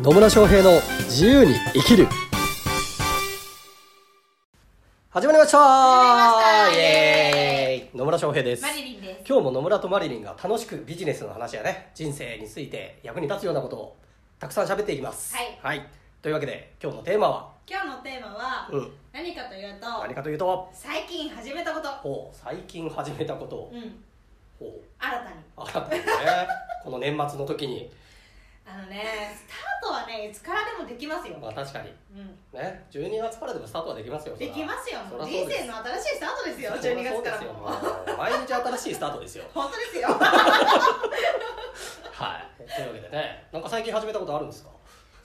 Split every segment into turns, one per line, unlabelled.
野村翔平の自由に生きる始まりました
まりました
イエーイ野村翔平です
マリリンです。
今日も野村とマリリンが楽しくビジネスの話やね人生について役に立つようなことをたくさん喋っていきます
はい、
というわけで今日のテーマは、
今日のテーマは、
うん、
何かというと、
何かというと
最近始めたこと。
お最近始めたことを
うん、
お
新たに。
あなたです ねこの年末の時に
あのね、スタートはね、いつからでもできますよ。
まあ確かに
うん、
ね12月からでもスタートはできますよそ
で
ら
きますよ。
そ
も
ら
う
そう
人
です
生の新しいスタートです
そ
よ。
り
12
ゃそう
月
で
か
す
ら
よ
も。
もう毎日新しいスタートですよ
本当ですよ。
はいというわけでねなんか最近始めたことあるんですか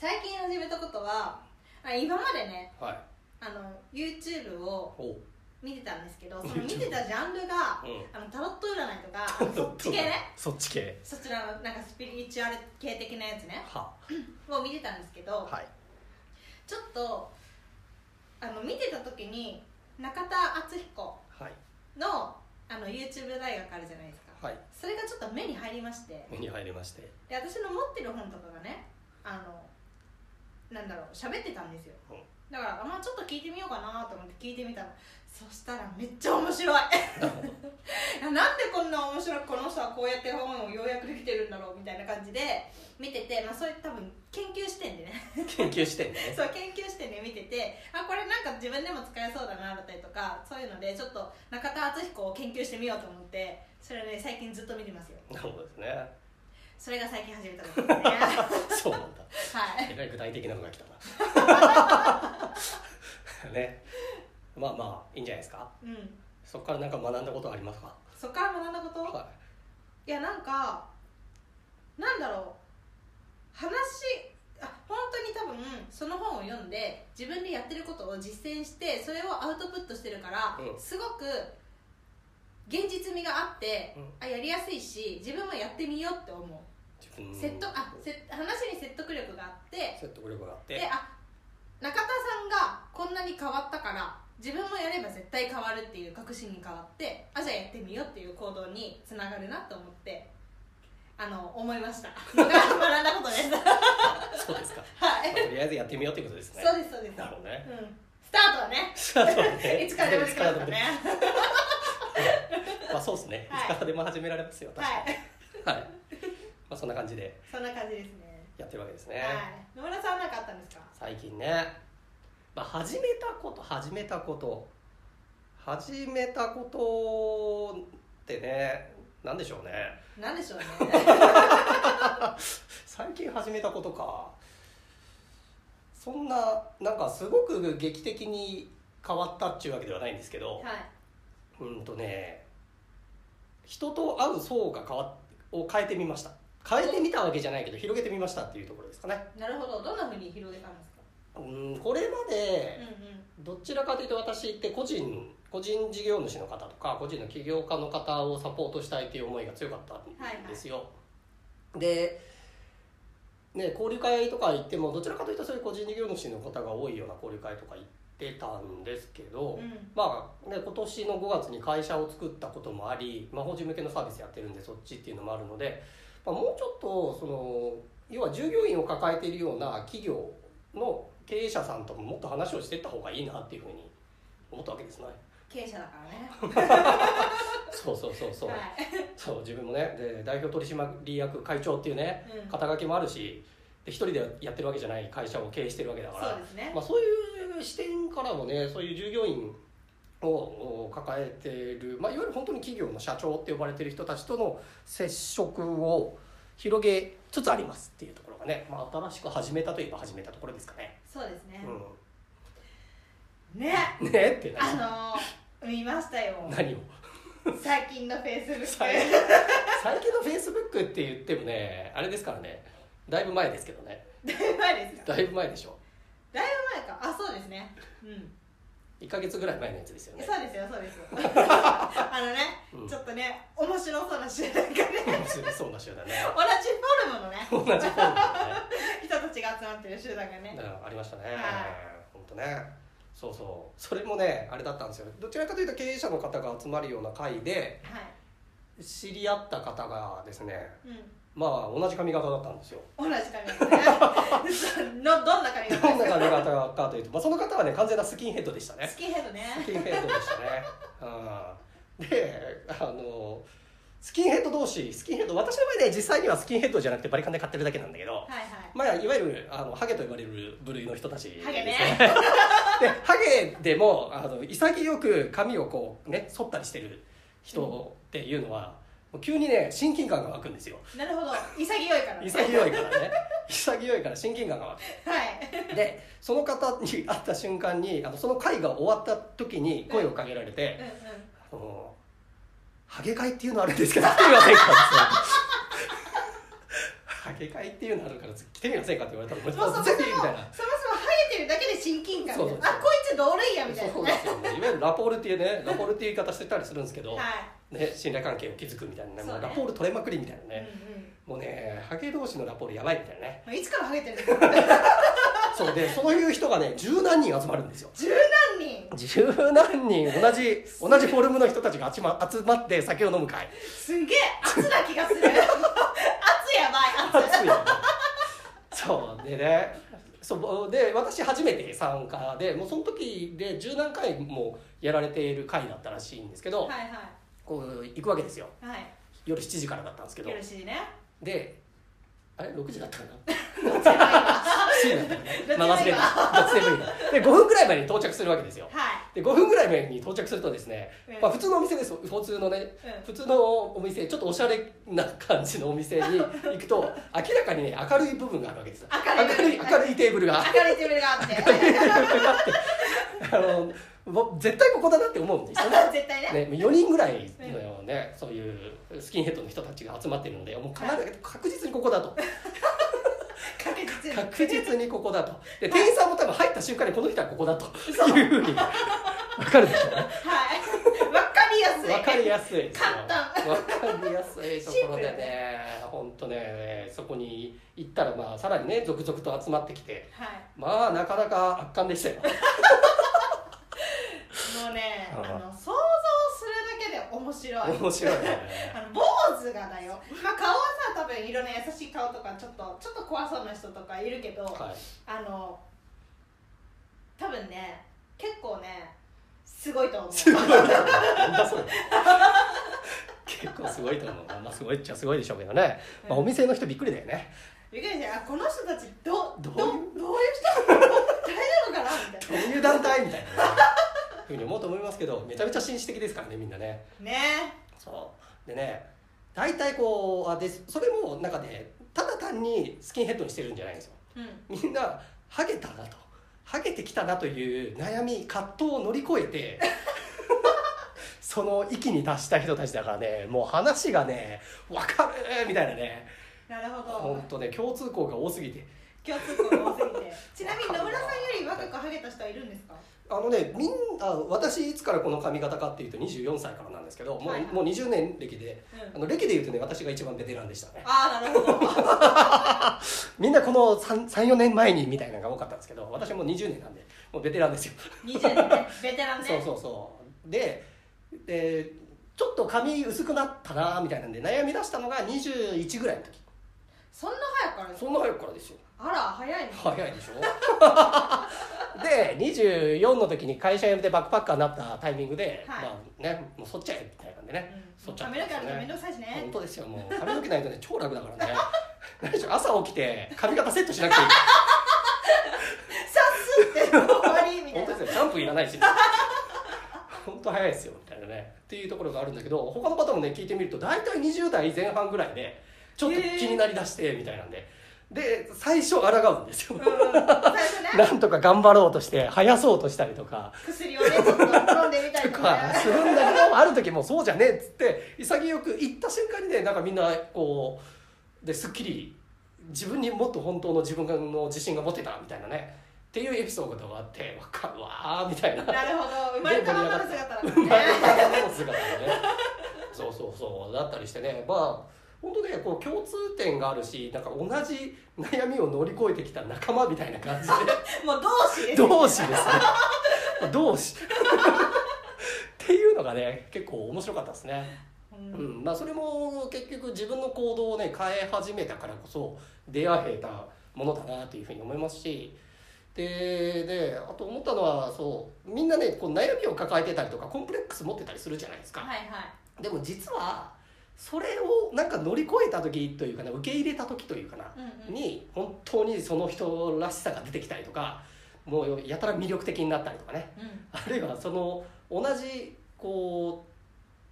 最近始めたことは、あ今までね、
はい
あの YouTube を
おう
見てたんですけど、その見てたジャンルが、
うん
あのタロット占いとか、あのそっち系ね。
そっち系
そちらのなんかスピリチュアル系的なやつね
は
を見てたんですけど、
はい
ちょっとあの見てた時に中田敦彦
はい
のあの YouTube 大学あるじゃないですか
はい
それがちょっと目に入りまして
目に入りまして
で私の持ってる本とかがねあのなんだろう喋ってたんですよ
うん
だから、まあ、ちょっと聞いてみようかなと思って聞いてみたのそしたらめっちゃ面白い
なるほど
なんでこんな面白いこの人はこうやって本を要約できてるんだろうみたいな感じで見てて、まあ、そういう多分研究視点でね
研究してんね
そう研究してね見ててあこれなんか自分でも使えそうだなだったりとかそういうのでちょっと中田敦彦を研究してみようと思ってそれね最近ずっと見てますよ
なるほどですね
それが最近始めたことですね
そうなんだ
はい
えらい具体的なのが来たな ねまあまあいいんじゃないですか
うん
そこからなんか学んだことありますか
そっから学んだこと、、
はい
やなんかなんだろう話あ本当に多分その本を読んで自分でやってることを実践してそれをアウトプットしてるから、
うん
すごく現実味があって、
うん
あやりやすいし自分もやってみようって思う
い自分
説得あせ話に説得力があって
説得力があって
であ中田さんがこんなに変わったから自分もやれば絶対変わるっていう確信に変わってあじゃあやってみようっていう行動につながるなと思ってあの思い ました学んだことです
そうです か、
はい
まあとりあえずやってみようということですね
そうですそうです、
なるほどね
うん、スタートはね
そうね
いつからでもできますからね
まあそうですね、
はい
い、つからでも始められますよ確か
はい
にはい、まあ、そんな感じで
そんな感じですね
やってるわけですね、
はい野村さんは何かあったんですか
最近ね、まあ、始めたこと始めたこと始めたことってねなんでしょうね
何でしょうね
最近始めたことかそんななんかすごく劇的に変わったっちゅうわけではないんですけど、
はい
うんとね人と会う層が変わを変えてみました変えてみたわけじゃないけど広げてみましたっていうところですかね、
なるほどどんなふうに広げたんですか
うん、これま
う
で
んうん
どちらかというと私って個人個人事業主の方とか個人の起業家の方をサポートしたいっていう思いが強かったんですよ、で、ね、交流会とか行ってもどちらかというとそういう個人事業主の方が多いような交流会とか行ってたんですけど、
うん
まあね、今年の5月に会社を作ったこともあり、まあ、法人向けのサービスやってるんでそっちっていうのもあるので、まあ、もうちょっとその要は従業員を抱えているような企業の経営者さんとももっと話をしていった方がいいなっていうふうに思ったわけですね。
経営者だからね
そうそうそうそう,、
はい
そう自分もねで代表取締役会長っていうね
うん
肩書きもあるしで一人でやってるわけじゃない会社を経営してるわけだから
そうですね、
まあ、そういう視点からもねそういう従業員をを抱えている、まあ、いわゆる本当に企業の社長って呼ばれている人たちとの接触を広げつつありますっていうところがね、まあ、新しく始めたといえば始めたところですかね。
そうですね、
う
ね
ん、ね って
あ
何
のー、見ましたよ
何を
最近のフェイスブック
最近最近のフェイスブックって言ってもねあれですからねだいぶ前ですけどね
だいぶ前ですか
だいぶ前でしょ
だいぶ前かあそうですねうん
1か月ぐらい前のやつですよね
そうですよそうです よあのね、
うん
ちょっとね面白そうな集団がね
面白 そうな集団ね
同じフォルムのね
同じフォームだね
人たちが集まってる集団がね
うんありましたね、
い
本当ねそうそうそれもねあれだったんですよどちらかというと経営者の方が集まるような会で
は
知り合った方がですね
い、うん
まあ同じ髪型だったんですよ
同じ髪型ねのどんな
どんな
髪型ですか
髪型かというと、まあ、その方はね完全なスキンヘッドでしたね
スキンヘッドね
スキンヘッドでしたね、うん、であのスキンヘッド同士スキンヘッド私の場合ね実際にはスキンヘッドじゃなくてバリカンで買ってるだけなんだけど、
はいはい
まあ、いわゆるあのハゲと呼ばれる部類の人たち
ハゲね
でハゲでもあの潔く髪をこうね剃ったりしてる人っていうのは、もう急にね親近感が湧くんですよ
なるほど潔いから、ね、
潔いから ね潔いから親近感が湧く
はい
でその方に会った瞬間にあのその会が終わった時に声をかけられて
うんう
「
ん
あのハゲ会っていうのあるんですけど来てみませんか?」 って言われてハゲ会っていうのあるから来てみませんか?」って言われた
もうそ
ら「
も
ぜ
そも
ひ」みたいな。
そもそもハゲてるだけで親近感
そうそうそう
あこいつ同類やみたいな
そう
ね
ですよね、いわゆるラポールっていうねラポールっていう言い方してたりするんですけど、
は
ね、信頼関係を築くみたいな、ねも
そう
う
ね、
ラポール取れまくりみたいないね、
うんうん
もうねハゲ同士のラポールやばいみたいなね
まあ、いつからハゲてるんですか
そう でそういう人がね十何人集まるんですよ
十何人
十何人同じ同じフォルムの人たちが集ま集まって酒を飲む会
すげえ圧な気がする圧やばい圧
熱いよねそうでねそうで私初めて参加でもうその時で十何回もやられている会だったらしいんですけど、
はい
こう行くわけですよ
はいはい
夜7時からだったんですけど
よろしいね
であれ6時だったかな
どっちでもいいわは
7時だったか
どっち
な回せてたどっちで
でもいいわ
もいいわで5分ぐらい前に到着するわけですよで5分ぐらい前に到着するとですね、
うん
まあ、普通のお店です普通のね
い、うん
普通のお店ちょっとおしゃれな感じのお店に行くと明らかにね明るい部分があるわけですよ
明るい
明るい明るいテーブルが
明るいテーブルがあって
あのもう絶対ここだなって思うんですよね
絶対ね
ね、4人ぐらいのようね、そういうスキンヘッドの人たちが集まっているのでもう必ず確実にここだと
確実に
確実にここだとで店員さんも多分入った瞬間にこの人はここだというふうに分かるでしょうね
はいわかりやすい
わかりやすいですよ
簡単
わかりやすいところでね本当ねそこに行ったらまあさらにね続々と集まってきて
はい
まあなかなか圧巻でしたよ
もうね、
うん
あの想像するだけで面白い。
面白いね
あの坊主がだよ、まあ、顔はさ多分色ね優しい顔とかちょっとちょっと怖そうな人とかいるけど、
はい
あの多分ね結構ねすごいと思う
すごいなんだそれ結構すごいと思うなまあすごいっちゃすごいでしょうけどね、まあ、お店の人びっくりだよね
びっくりしてあこの人たちど
ど
ど
う
どどういう人大丈夫かなみたい
どういう団体みたいなねふうに思うと思いますけどめちゃめちゃ紳士的ですからねみんなね
なね
そうでね大体こうあでそれもなんかねただ単にスキンヘッドにしてるんじゃないんですよ
うん
みんなハゲたなとハゲてきたなという悩み葛藤を乗り越えて その域に達した人たちだからねもう話がね分かるみたいなね
なるほ
本
ど
当ね共通項が多すぎて
共通項が多すぎてちなみに野村さんより若くハゲた人はいるんですか
あのねみんな私いつからこの髪型かっていうと24歳からなんですけどもう,、
はいはい
もう20年歴で
うん
あの歴で言うとね私が一番ベテランでしたね
ああなるほど
みんなこの34年前にみたいなのが多かったんですけど私もう20年なんでもうベテランですよ、
20年ねベテラン ね
そうそうそうででちょっと髪薄くなったなみたいなんで悩み出したのが21ぐらいの時
そんな早くからですか
そんな早くからですよ
あら早いね
早いでしょ で24の時に会社辞めてバックパッカーになったタイミングで、
はい
まあねもうそっちゃえみたいなんでね、
う
そ
ん
っちゃっ
髪
た
の
んで
毛
すよね
あると面倒くさいしね
本当ですよもう髪の毛ないとね超楽だからね 何でしょう朝起きて髪型セットしなくていい
さっすって終わりみた
本当
いな
ですよジャンプいらないし本当早いですよみたいなねっていうところがあるんだけど他の方もね聞いてみると大体20代前半ぐらいでちょっと気になりだしてみたいなんでで最初抗うんです よ
うん最初ね
なんとか頑張ろうとして生やそうとしたりとか
薬をねちょっと飲んでみた
と
りとか
かするんだけどある時もうそうじゃねえっつって潔く行った瞬間にねなんかみんなこうですっきり自分にもっと本当の自分の自信が持てたみたいなねっていうエピソードがあってわかるわーみたいな。
なるほど生まれたまんまの姿だから
生まれ
ね
たままの姿だね そうそうそうだったりしてねまあ本当ねこう共通点があるしなんか同じ悩みを乗り越えてきた仲間みたいな感じ
もう同志で
で
すね
同志ですね 同志 っていうのがね結構面白かったですね、
うん
うんまあ、それも結局自分の行動をね変え始めたからこそ出会えたものだなというふうに思いますしでであと思ったのはそうみんなねこう悩みを抱えてたりとかコンプレックス持ってたりするじゃないですか、
はいはい
でも実はそれをなんか乗り越えた時というかな受け入れた時というかな、
うんうん
に本当にその人らしさが出てきたりとかもうやたら魅力的になったりとかね
うん
あるいはその同じこ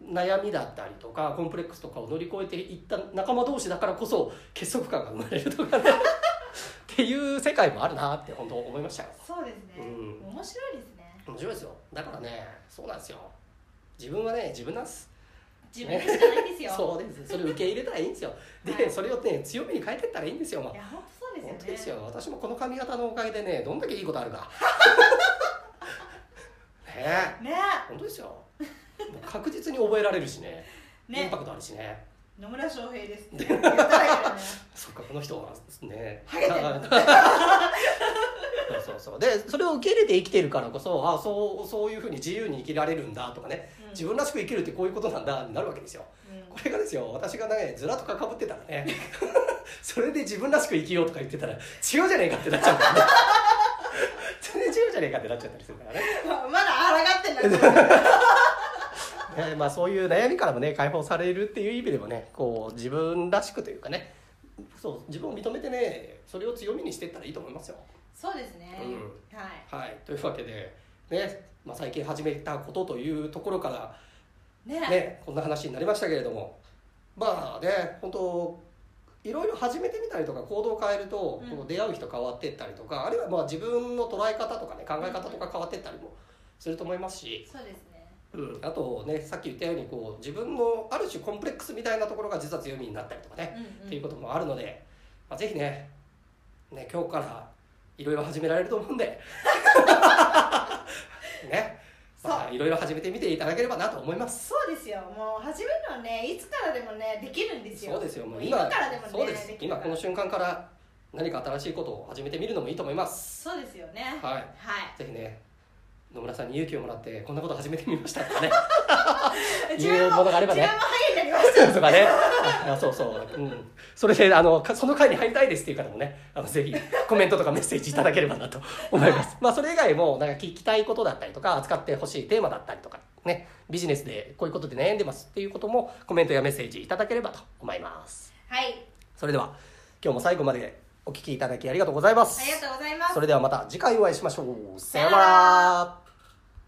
う悩みだったりとかコンプレックスとかを乗り越えていった仲間同士だからこそ結束感が生まれるとかねっていう世界もあるなって本当思いましたよ
そうですね、
うん
面白いですね
面白いですよだからねそうなんですよ自分はね自分なんです
自分しかないんですよ
そうですそれ受け入れたらいいんですよで、
はい
それをね強みに変えてったらいいんですよもう
いや本当そうですよね
本当ですよ私もこの髪型のおかげでねどんだけいいことあるか ねえ
ね
本当ですよ確実に覚えられるしねイン
ね
パクトあるしね
野村翔平ですって言っ たらいいよね
そっかこの人はね
ハゲてる
あそうそうそうでそれを受け入れて生きてるからこそあそうそういうふうに自由に生きられるんだとかね
うん
自分らしく生きるってこういうことなんだになるわけですよ
うん
これがですよ私がねずらとかかぶってたらね それで自分らしく生きようとか言ってたら違うじゃねえかってなっちゃうからね 全然違うじゃねえかってなっちゃったりするからね
ままだ抗ってんだ と思う
ねまあ、そういう悩みからもね解放されるっていう意味でもねこう自分らしくというかねそう自分を認めてねそれを強みにしていったらいいと思いますよ。
そうですね、
う
はい
はい、というわけで、ねまあ、最近始めたことというところか
ね
ら、ね、こんな話になりましたけれどもまあね本当いろいろ始めてみたりとか行動を変えると、こ
うん
の出会う人変わっていったりとかあるいはまあ自分の捉え方とかね考え方とか変わっていったりもすると思いますし。
そうですね
うん、あとねさっき言ったようにこう自分のある種コンプレックスみたいなところが実は強みになったりとかね、
うんうん
っていうこともあるので、まあ、ぜひねね今日からいろいろ始められると思 うんでねまあいろいろ始めてみていただければなと思います。
そうですよもう始めるのはねいつからでもねできるんですよ
そうですよもう
今からでもね
そうです
できる
今
から
この瞬間から何か新しいことを始めてみるのもいいと思います。
そうですよねい、
はいぜひね野村さんに勇気をもらってこんなこと始めてみましたとかね
自分も
いうものがあればね
自分もハゲになりました
とかね。あそうそう。うん。それで、あの、かその回に入りたいですっていう方もね、あの、ぜひ、コメントとかメッセージいただければなと思い ます。まあ、それ以外も、なんか聞きたいことだったりとか、扱ってほしいテーマだったりとか、ね、ビジネスでこういうことで悩んでますっていうことも、コメントやメッセージいただければと思います。
はい
それでは、今日も最後までお聞きいただきありがとうございます。
ありがとうございます
それではまた次回お会いしましょう。さような
さような
ら。